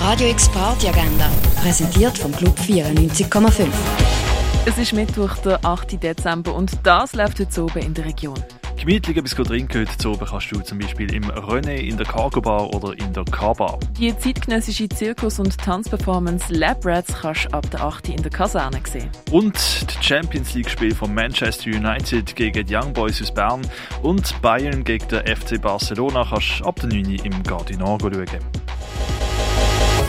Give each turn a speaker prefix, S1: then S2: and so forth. S1: Radio X Party Agenda, präsentiert vom Club 94,5.
S2: Es ist Mittwoch, der 8. Dezember und das läuft heute oben in der Region.
S3: Gemütlich etwas trinken heute zu oben kannst du zum Beispiel im René, in der Cargo Bar oder in der K-Bar.
S2: Die zeitgenössische Zirkus- und Tanzperformance Lab Rats kannst du ab der 8. in der Kaserne sehen.
S3: Und das Champions League-Spiel von Manchester United gegen die Young Boys aus Bern und Bayern gegen den FC Barcelona kannst du ab der 9. Uhr im Gardinor schauen.